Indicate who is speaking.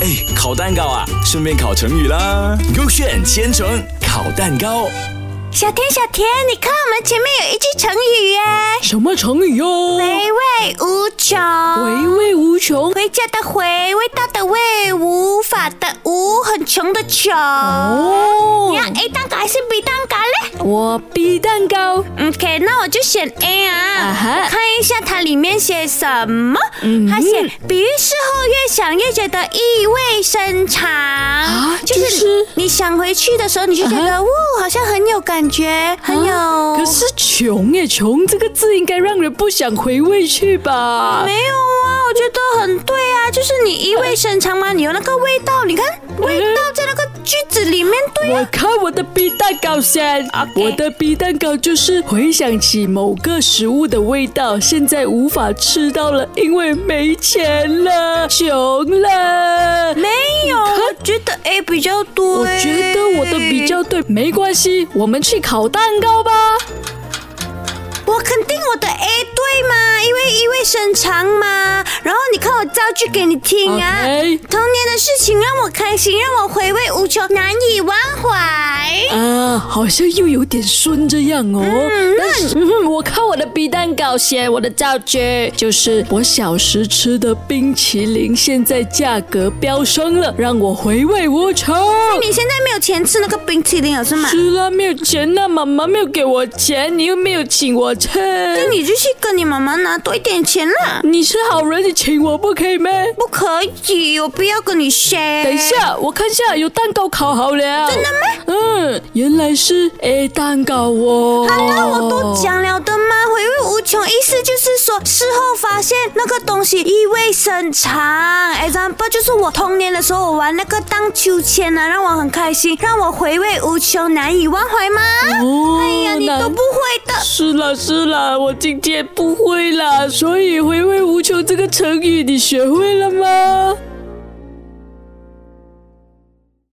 Speaker 1: 哎，烤蛋糕啊，顺便烤成语啦。勾选千层烤蛋糕，
Speaker 2: 小天，小天，你看我们前面有一句成语耶，
Speaker 3: 什么成语哟？
Speaker 2: 回味无穷。
Speaker 3: 回味无穷。
Speaker 2: 回家的回，味道的味，无法的无，很穷的穷。
Speaker 3: 哦
Speaker 2: 你要 A 蛋糕还是 B 蛋糕嘞嗯
Speaker 3: 我 B 蛋糕，
Speaker 2: ？OK，那我就选 A 啊。
Speaker 3: 啊哈嗯
Speaker 2: 看一下它里面写什么，它写比喻事后越想越觉得意味深长啊
Speaker 3: 就是啊
Speaker 2: 你想回去的时候，你就觉得哇，好像很有感觉，很有。
Speaker 3: 可是穷耶，穷这个字应该让人不想回味去吧？
Speaker 2: 没有啊，我觉得很对啊，就是你意味深长嘛，你有那个味道，你看味道在那个句子里面，对啊
Speaker 3: 我看我的 B 蛋糕先
Speaker 2: OK
Speaker 3: 我的 B 蛋糕就是回想起某个食物的味道，现在无法吃到了，因为没钱了，穷了。
Speaker 2: 没有，我觉得 A 比较多。哎
Speaker 3: 我觉得我的比，较对，没关系，我们去烤蛋糕吧。
Speaker 2: 我肯定我的 A 对嘛，因为意味深长嘛。然后你看我造句给你听啊
Speaker 3: OK
Speaker 2: 童年的事情让我开心，让我回味无穷，难以忘怀。
Speaker 3: 啊，好像又有点酸这样哦。但是、嗯我看我的 B 蛋糕先，我的造句就是我小时吃的冰淇淋，现在价格飙升了，让我回味无穷。
Speaker 2: 你现在没有钱吃那个冰淇淋了是吗？
Speaker 3: 吃了没有钱了，妈妈没有给我钱，你又没有请我吃。
Speaker 2: 那你就去跟你妈妈拿多一点钱啦。
Speaker 3: 你是好人，你请我不可以吗？
Speaker 2: 不可以，我不要跟你 share。
Speaker 3: 等一，下，我看一下有蛋糕烤好了。真的吗？嗯，原来是 A 蛋糕哦。
Speaker 2: 那我都讲了的吗？回味无穷，意思就是说事后发现那个东西意味深长。example 就是我童年的时候，我玩那个荡秋千呢、啊，让我很开心，让我回味无穷，难以忘怀吗？
Speaker 3: 哦，
Speaker 2: 哎呀，你
Speaker 3: 难
Speaker 2: 都不会的。
Speaker 3: 是啦是啦，我今天不会啦，所以回味无穷这个成语你学会了吗？